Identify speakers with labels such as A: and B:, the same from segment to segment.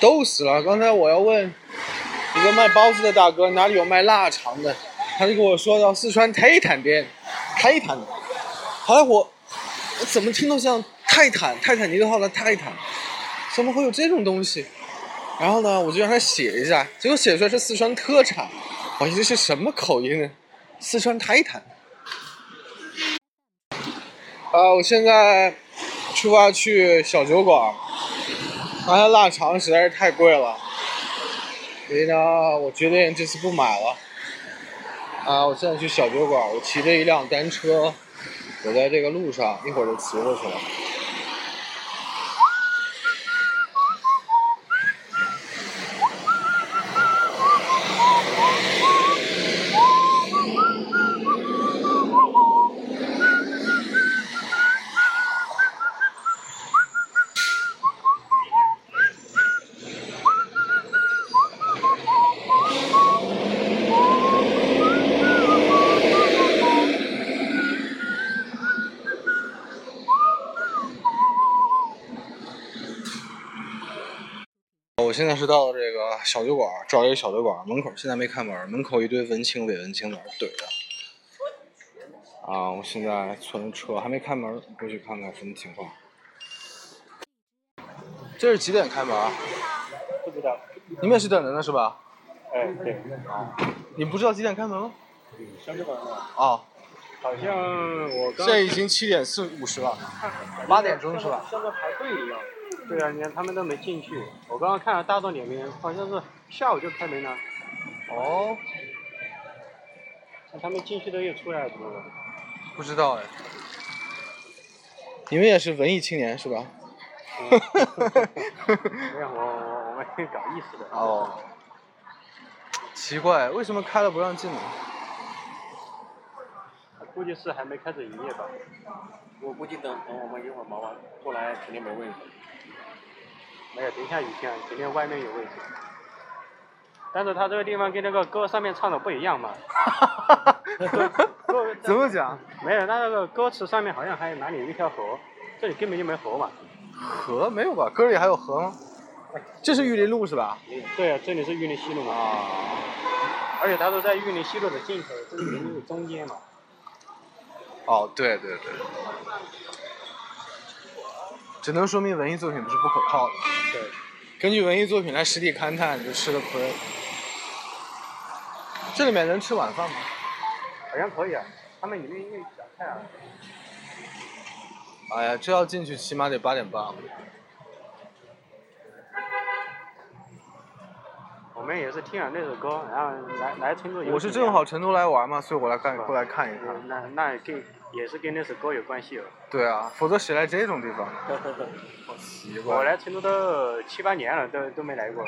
A: 都死了。刚才我要问一个卖包子的大哥哪里有卖腊肠的，他就跟我说到四川泰坦边，泰坦。后来我我怎么听都像泰坦泰坦尼克号的泰坦，怎么会有这种东西？然后呢，我就让他写一下，结果写出来是四川特产。我一直是什么口音呢？四川泰坦。啊，我现在出发去小酒馆。刚才腊肠实在是太贵了，所以呢，我决定这次不买了。啊，我现在去小酒馆，我骑着一辆单车，我在这个路上，一会儿就骑过去了。我现在是到了这个小酒馆，找了一个小酒馆，门口现在没开门，门口一堆文青伪文青在那儿怼着。啊，我现在存车还没开门，过去看看什么情况。这是几点开门啊？
B: 不知道。
A: 你们也是等人了是吧？
B: 哎，对，
A: 你不知道几点开门吗？
B: 小酒馆啊，
A: 哦，
B: 好像我刚
A: 现在已经七点四五十了，八点钟是吧？
B: 像在排队一样。对啊，你看他们都没进去。我刚刚看了大众点评，好像是下午就开门了，
A: 哦，
B: 他们进去都又出来嗯 了。
A: 不知道哎。你们也是文艺青年是吧？
B: 没有，我我我们搞艺术的。
A: 哦，奇怪，为什么开了不让 进呢？
B: 估计是还没开始营业吧。
C: 我估计等等我们一会儿忙完过来肯定没位置。
B: 没有，等一下雨天，肯定外面有位置。但是他这个地方跟那个歌上面唱的不一样嘛。
A: 怎么讲？
B: 没有，那个歌词上面好像还有哪里有一条河，这里根本就没河嘛。
A: 河没有吧？歌里还有河吗？这是玉林路是吧？
B: 对啊，这里是玉林西路嘛，
A: 啊，
B: 而且它是在玉林西路的尽头，这是玉林路中间嘛。
A: 哦，对对对，只能说明文艺作品不是不可靠的。
B: 对，
A: 根据文艺作品来实地勘探，你就吃了亏。这里面能吃晚饭吗？
B: 好像可以啊，他们里面应该有小菜啊。
A: 哎呀，这要进去起码得八点半了。
B: 我们也是听了那首歌，然后来来成都。
A: 我是正好成都来玩嘛，所以我来看过来看一
B: 那。
A: 看。
B: 啊那那跟也是跟那首歌有关系哦。
A: 对啊，否则谁来这种地 方？好奇怪。
B: 我来成都都七八年了，都都没来过。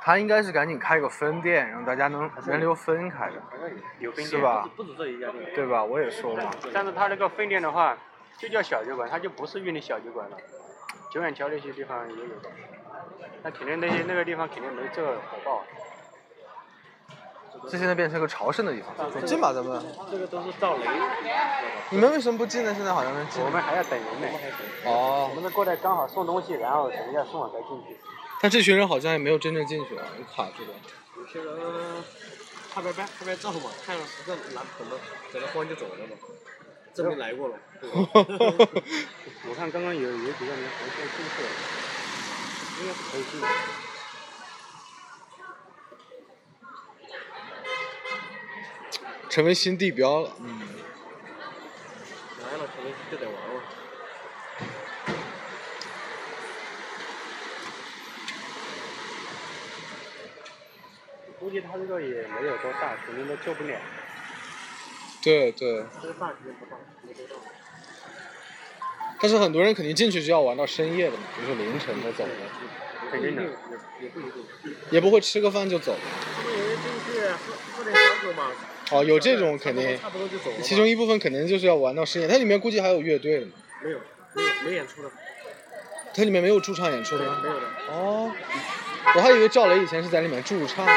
A: 他应该是赶紧开个分店，让大家能人流分开的，
B: 有分店
A: 是？吧？
C: 不止这一家店。
A: 对吧？我也说 嘛，
B: 但是它那个分店的话，就叫小酒馆，它就不是玉林小酒馆了。九眼桥那些地方也有的，那肯定那些那个地方肯定没这个火爆。
A: 这现在变成个朝圣的地
C: 啊
A: 方，走进吧，咱们。
C: 这个都是赵雷，
A: 你们为什么不进呢？现在好像能进
B: 我。们还要等人呢，我
A: 哦，
B: 们是过来刚好送东西，然后等一下送完才进去。
A: 但这群人好像也没有真正进去啊，有卡住了。
C: 有些人拍拍拍拍拍照嘛，看了实在难可能在那晃就走了嘛，证明来过了。
B: 我看刚刚有有几个人好像进去了，应该是可以进的。
A: 成为新地标了。嗯
C: 来了肯定就得玩嘛。
B: 估计他这个也没有多大，肯定都救不了。
A: 对对，
C: 这个大肯定不大，没多大。
A: 但是很多人肯定进去是要玩到深夜的嘛，比如说凌晨才走的，
B: 肯定的
C: 也也不一定，
A: 也不会吃个饭就走。
C: 不有人进去喝喝点小酒嘛，
A: 哦，有这种肯定，
C: 差不多就走了嘛。
A: 其中一部分肯定就是要玩到深夜。它里面估计还有乐队的嘛，
C: 没有没有没演出的，
A: 它里面没有驻唱演出的吗？
C: 没有的，
A: 哦，我还以为赵雷以前是在里面驻唱呢。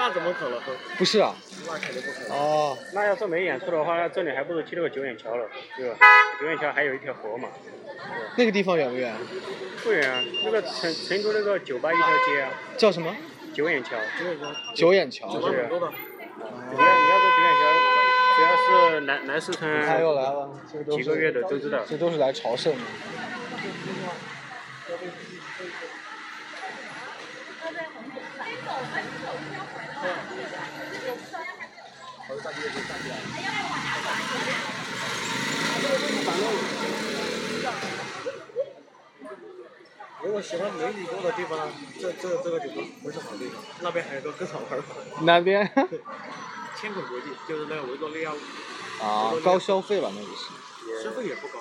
C: 那怎么可能？
A: 不是啊，
C: 那肯定不可能。
A: 哦，
B: 那要是没演出的话，那这里还不如去那个九眼桥了，对吧？九眼桥还有一条河嘛，
A: 那个地方远不远？
B: 不远啊。那个成成都那个酒吧一条街啊，
A: 叫什么？
B: 九眼桥。
C: 九眼桥，
A: 九眼桥
C: 酒。吧很多的，
B: 你要你要是九眼桥，只要是来来四
A: 你看又
B: 川
A: 哎来了，这都
B: 几
A: 是
B: 个月的都知道。
A: 这都是来朝圣的。
C: 如果喜欢美女多的地方，这这这个酒吧不是好地方。那边还有个更好玩的，
A: 哪边？
C: 千口国际，就是那个维多利亚，
A: 啊，高消费吧，那个是。
C: 收费也不高，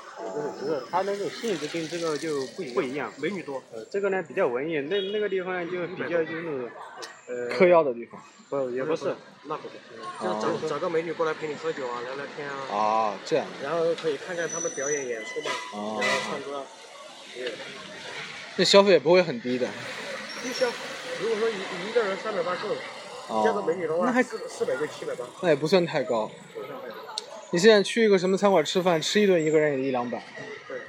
B: 不是，它那种性质跟这个就不不一样。
C: 美女多。
B: 呃，这个呢比较文艺，那那个地方就比较就是那种，呃，
A: 嗑药的地方。
B: 不也不是，，
C: 那不是，就是找找个美女过来陪你喝酒啊，聊聊天啊，
A: 啊，这样的。
C: 然后可以看看他们表演演出嘛，
A: 哦
C: 然后唱歌啊。也
A: 那消费也不会很低的。
C: 就像如果说一一个人三百八够了，
A: 啊
C: 加个美女的话，
A: 那还
C: 四四百就七百八。
A: 那也不算太高。你现在去一个什么餐馆吃饭，吃一顿一个人也一两百。啊
C: 对，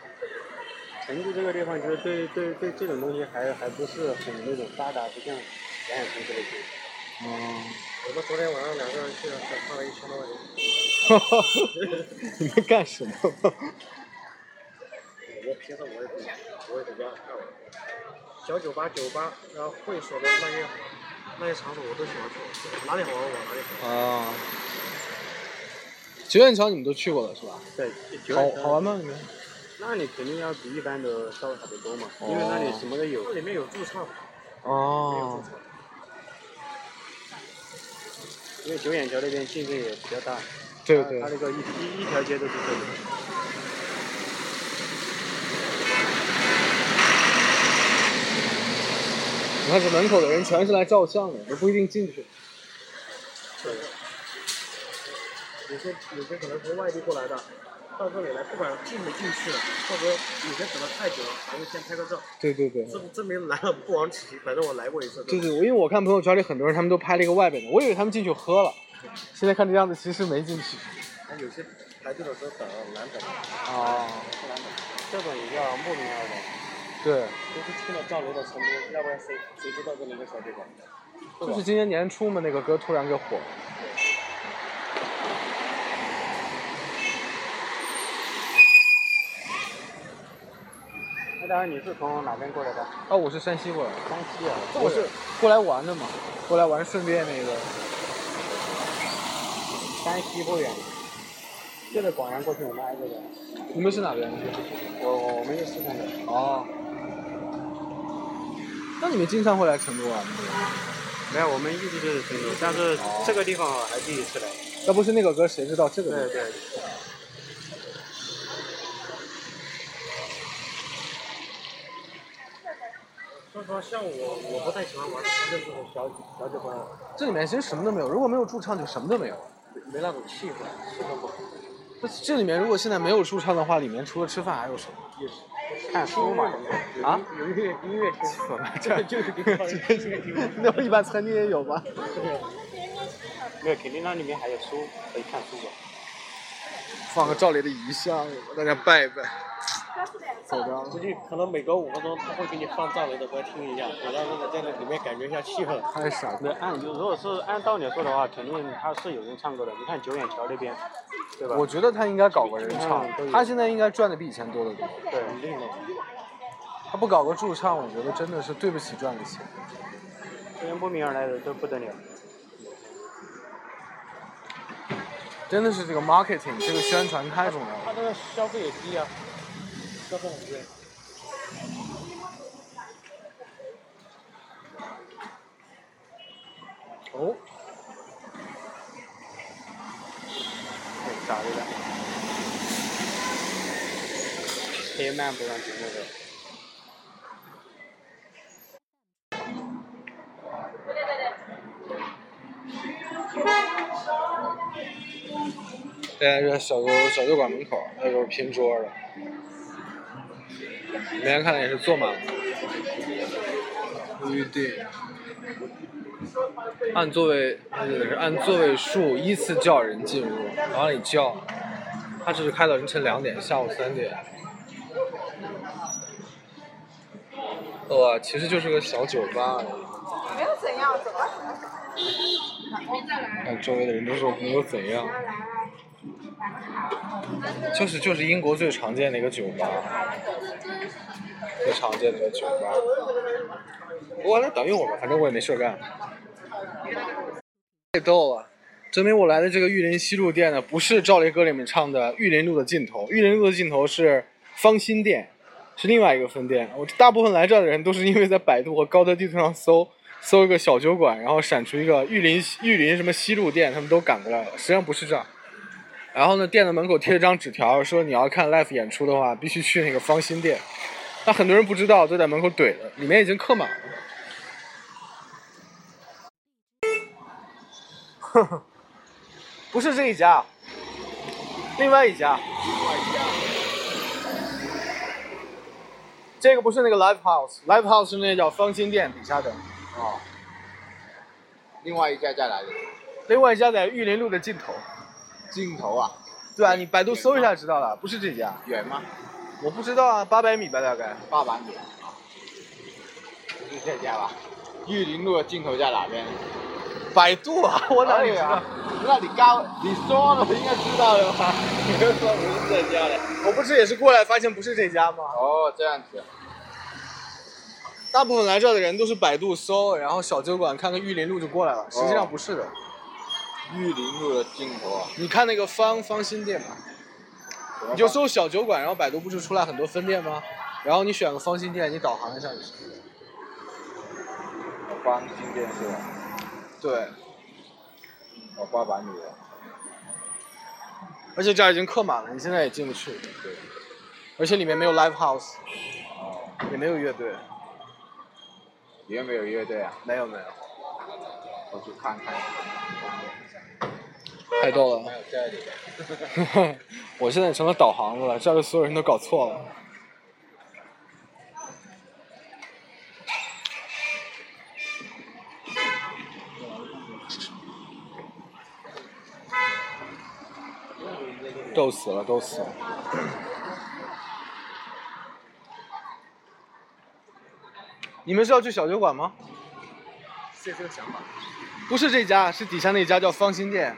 B: 成都这个地方就是对对对这种东西还还不是很那种发达，不像沿海城市那些。
A: 哦，
C: 我们昨天晚上两个人去了，花了一千多块钱。
A: 你们干什么？
C: 我平时我也不，我也不要看我。小酒吧、酒吧，然后会所的那些那些场所我都喜欢去，哪里好玩我哪里好玩。
A: 啊，九眼桥你们都去过了是吧？
B: 对，九眼
A: 好
B: 桥
A: 好玩吗？你们？
B: 那你肯定要比一般的稍微好得多嘛，因为那里什么都有
C: 它。里面有驻唱，
A: 哦，
B: 因为九眼桥那边竞争也比较大，
A: 对
B: 它
A: 对
B: 它，那个一一一条街都是这个。
A: 你看这门口的人全是来照相的，都不一定进去。
C: 有些有些可能从外地过来的，到这里来不管进没进去，或者有些等了太久了，还会先拍个照，
A: 对对对。
C: 证证明来了不枉此行。反正我来过一次，
A: 对
C: 吧
A: 对，我因为我看朋友圈里很多人，他们都拍了一个外边的，我以为他们进去喝了，现在看这样子其实没进去。
C: 还有些排队的时候等难等，
A: 哦，
B: 这种也叫莫名其妙的。
A: 对，
C: 都是去了赵楼的成都，要不然谁谁知道这么一个小地方？
A: 就是今年年初嘛，那个歌突然给火了。
B: 那当然你是从哪边过来的？
A: 啊，我是山西过来的，
B: 山西啊。
A: 我是过来玩的嘛，过来玩顺便那个，
B: 山西不远，就在广阳过去我们挨着的。
A: 你们是哪边的？
B: 我我我们是四川的。
A: 哦，那你们经常会来成都玩吗？
B: 没有，我们一直就是成都，但是这个地方还第一次来。
A: 要不是那个歌，谁知道这个
B: 对
A: 歌？
B: 对。
C: 说实话，像我，我不太喜欢玩那种小小啊酒吧，
A: 这里面其实什么都没有，如果没有驻唱就什么都没有。
C: 没那种气氛，气氛不好。
A: 这这里面如果现在没有驻唱的话，里面除了吃饭还有什么？
B: 看书嘛。
A: 啊？
C: 有音乐音乐厅，
A: 这
C: 就是地方，音乐厅。
A: 那不一般餐厅也有吗？
B: 没有，肯定那里面还有书可以看书吧。
A: 放个赵雷的遗像，大家拜一拜。走掉
C: 估
A: 了，
C: 计可能每隔五分钟他会给你放赵雷的歌听一下，你让那个在那里面感觉一下气氛。
A: 太傻
B: 没
A: 了。
B: 有按如果是按道理说的话，肯定他是有人唱歌的。你看九眼桥那边，对吧？
A: 我觉得他应该搞个人唱
B: 嗯都，有
A: 他现在应该赚的比以前多得多。
B: 对，
A: 他不搞个驻唱，我觉得真的是对不起赚的钱。
B: 这些慕名而来的都不得了。
A: 真的是这个 marketing 这个宣传太重要了。
C: 他这个消费也低啊，消费很低。啊
A: 哦，
B: 对咋的了？黑曼不让停那个。
A: 现在啊这小酒小酒馆门口那有拼桌的，每天看的也是坐满了。预定。按座位，呃，是按座位数依次叫人进入，往里叫。它只是开到凌晨两点，下午三点。呃，其实就是个小酒吧而已。
D: 没有怎样，走吧。
A: 看周围的人都说没有怎样，就是就是英国最常见的一个酒吧，最常见的一个酒吧。我过来等一会儿吧，反正我也没事儿干。太逗了，证明我来的这个玉林西路店呢，不是赵雷歌里面唱的玉林路的尽头，玉林路的尽头是芳心店，是另外一个分店。我大部分来这儿的人都是因为在百度和高德地图上搜。搜一个小酒馆，然后闪出一个玉林玉林什么西路店，他们都赶过来了。实际上不是这样。然后呢，店的门口贴了张纸条，说你要看 live 演出的话，必须去那个芳心店。那很多人不知道，都在门口怼了，里面已经客满了。 呵呵，不是这一家，另外一家。这个不是那个 live house，live house 是那叫芳心店底下的。
E: 哦，另外一家在哪里？
A: 另外一家在玉林路的尽头。
E: 镜头啊，
A: 对啊，你百度搜一下知道了，不是这家。
E: 远吗？
A: 我不知道啊，八百米吧大概。
E: 八百米啊，是这家吧？玉林路的尽头在哪边？
A: 百度啊，我哪里知道？
E: 哎呀那你刚你说了，应该知道的吧？你又说不是这家的。
A: 我不是也是过来发现不是这家吗？
E: 哦，这样子。
A: 大部分来这儿的人都是百度搜，然后小酒馆看看玉林路就过来了，实际上不是的。
E: 玉林路的尽头啊，
A: 你看那个芳芳心店嘛，你就搜小酒馆，然后百度不是出来很多分店吗？然后你选个芳心店，你导航一下就行。
E: 我方进电视，
A: 对，
E: 我哦八啊百米了。
A: 而且这儿已经客满了，你现在也进不去。对，而且里面没有 live house，
E: 哦，
A: 也没有乐队，
E: 你有没有乐队啊？
A: 没有没有。
E: 我去看看。
A: 太逗了
E: 还。有这里的。
A: 我现在成了导航了，这儿的所有人都搞错了。逗死了，逗死了！ 你们是要去小酒馆吗？
C: 这是个想法。
A: 不是这家，是底下那家叫芳心店。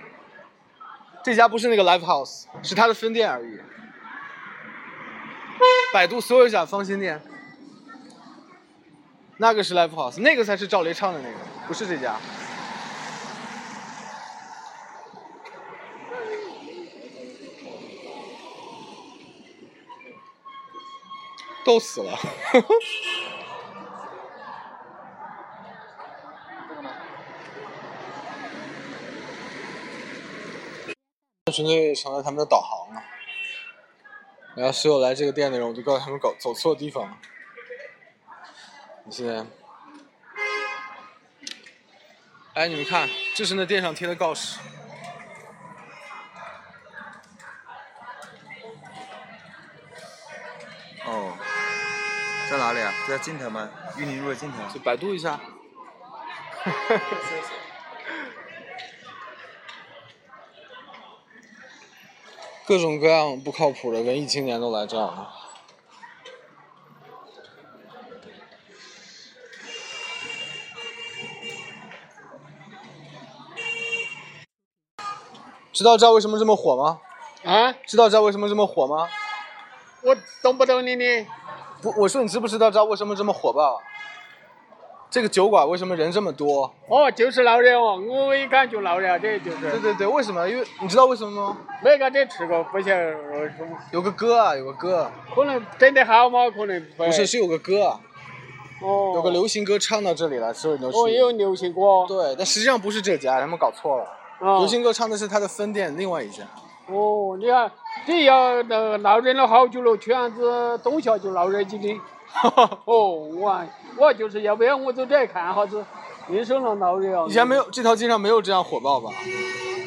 A: 这家不是那个 Live House，是它的分店而已。百度搜一下芳心店，那个是 Live House，那个才是赵雷唱的那个，不是这家。逗死了！纯粹成了他们的导航了。然后所有来这个店的人，我就告诉他们搞走错地方了。你现在，哎，你们看，这是那店上贴的告示。
F: 哦，在哪里啊？在金条吗？玉林路的金条。
A: 就百度一下。各种各样不靠谱的文艺青年都来这儿了。知道这儿为什么这么火吗？
B: 啊，
A: 知道这儿为什么这么火吗？
B: 我懂不懂你呢？
A: 不，我说你知不知道这儿为什么这么火爆？啊这个酒馆为什么人这么多？
B: 哦，就是老热哦，我一看就老热，这就
A: 对
B: 是
A: 对对，为什么？因为你知道为什么吗？
B: 没搁这吃过，不晓得我什么，
A: 有个歌啊，有个歌，
B: 可能真的好嘛，可能不
A: 不是是有个歌啊，
B: 哦，
A: 有个流行歌唱到这里了，所以你就
B: 哦，也
A: 去。
B: 有流行过，
A: 对，但实际上不是这家，他们搞错了。
B: 哦
A: 流行歌唱的是他的分店另外 一家。
B: 哦，你看这要呃闹热了好久了，全是东校就闹热起的。哦，我我就是要不然我就这看哈子，人生了啊闹热。
A: 以前没有这条街上没有这样火爆吧？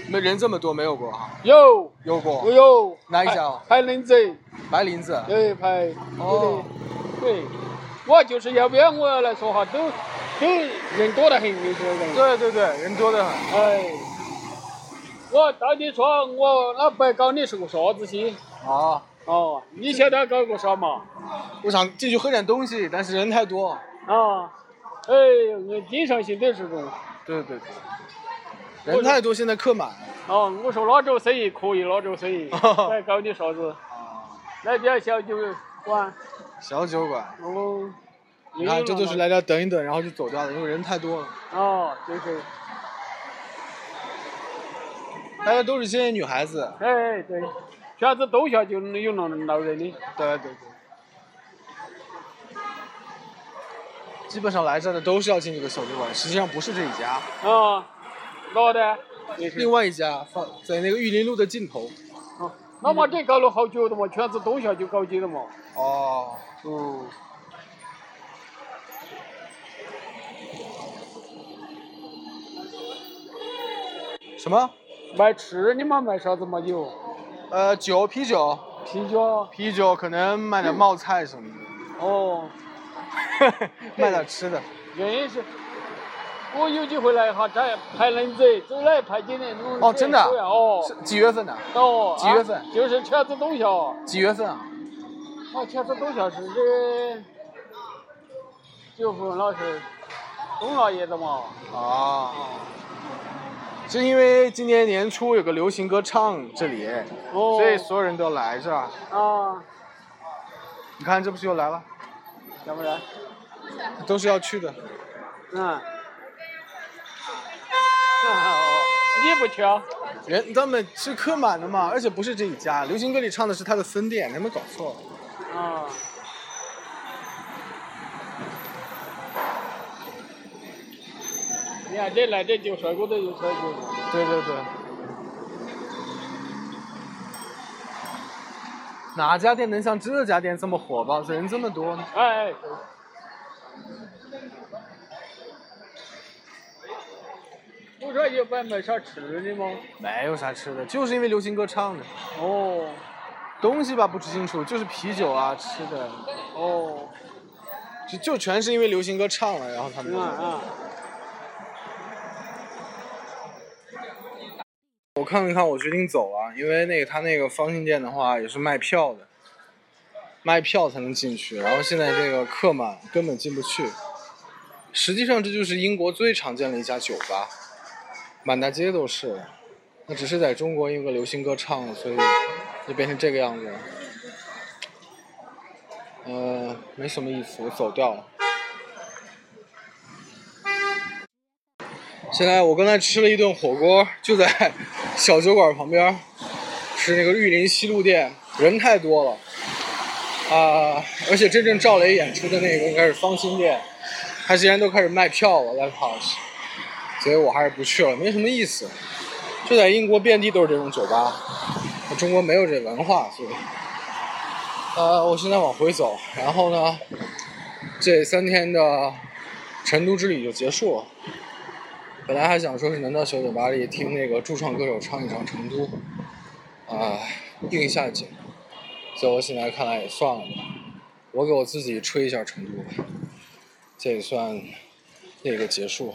A: 没人这么多没有过哈，
B: 有，
A: 有
B: 我
A: 过。
B: 有
A: 哪一家哦
B: 拍林子，
A: 白林子，
B: 对，拍。
A: 哦
B: 对对，我就是要不然我来说哈，都都人多得很，你说的。
E: 对对对，人多得很。
B: 哎，我到底说，我那白搞你是个啥子心？
E: 哦，
B: 哦，你晓得搞个啥嘛？
A: 我想进去喝点东西，但是人太多。
B: 啊，哎，我经常性都是这种。
E: 对对对，
A: 人太多，现在客满。
B: 哦，我说哪种生意可以，哪种 生意，白搞你啥子？
E: 哦
B: 来点小酒馆，
A: 小酒馆，
B: 哦，
A: 你看这就是来这儿等一等，然后就走掉了，因为人太多了。
B: 哦，就是，
A: 大家都是些女孩子。
B: 哎，对，全是东校就有那种老人的。
A: 对对对。基本上来这儿的都是要进这个小酒馆，实际上不是这一家，
B: 啊，老的，也是
A: 另。外一家放在那个玉林路的尽头。
B: 啊那么这搞了好久的嘛，全是东校就搞起的嘛。
A: 哦，
B: 嗯。
A: 什么？
B: 卖吃的嘛，卖啥子嘛有？
A: 呃，酒、啤酒，
B: 啤酒。
A: 啤酒可能卖点冒菜什么
B: 哦，
A: 的， 卖点吃的。
B: 原因是，我有机会来哈，咱排轮子，走来排几年。弄
A: 哦真的啊
B: 这样哦。
A: 是几月份的？
B: 哦。
A: 几月
B: 啊
A: 份
B: 就是全是东校。
A: 几月份啊？
B: 我全是东校是这，舅父老是东老爷子嘛。
A: 哦，是因为今年年初有个流行歌唱这里，
B: 哦。
A: 所以所有人都来这儿。
B: 啊，
A: 你看，这不是又来了，
B: 要不然，
A: 都是要去的。
B: 嗯。哦 你不去啊？
A: 人他们是客满的嘛，而且不是这一家，流行歌里唱的是他的分店，你有没有搞错？
B: 啊。你看这来这就甩锅的就甩锅，
A: 对对对。哪家店能像这家店这么火爆，人这么多呢？
B: 哎，哎我说有没买啥吃的吗？
A: 没有啥吃的，就是因为流行歌唱的
B: 哦
A: 东西吧不吃清楚，就是啤酒啊吃的，
B: 哦，
A: 就就全是因为流行歌唱了，然后他们
B: 嗯
A: 就。
B: 嗯，
A: 我看了看，我决定走啊，因为那个他那个方兴店的话也是卖票的，卖票才能进去，然后现在这个客满根本进不去。实际上这就是英国最常见的一家酒吧，满大街都是。那只是在中国因为流行歌唱，所以就变成这个样子了。呃，没什么意思，我走掉了。现在我刚才吃了一顿火锅，就在小酒馆旁边，是那个玉林西路店，人太多了，啊、而且真正赵雷演出的那个应该是方心店，他竟然都开始卖票了，live house，所以我还是不去了，没什么意思。就在英国遍地都是这种酒吧，中国没有这文化，所以，呃，我现在往回走，然后呢，这三天的成都之旅就结束了。本来还想说是能到小酒吧里听那个驻唱歌手唱一场《成都》，啊、应一下景。最后现在看来也算了吧，我给我自己吹一下《成都》吧，这也算那个结束。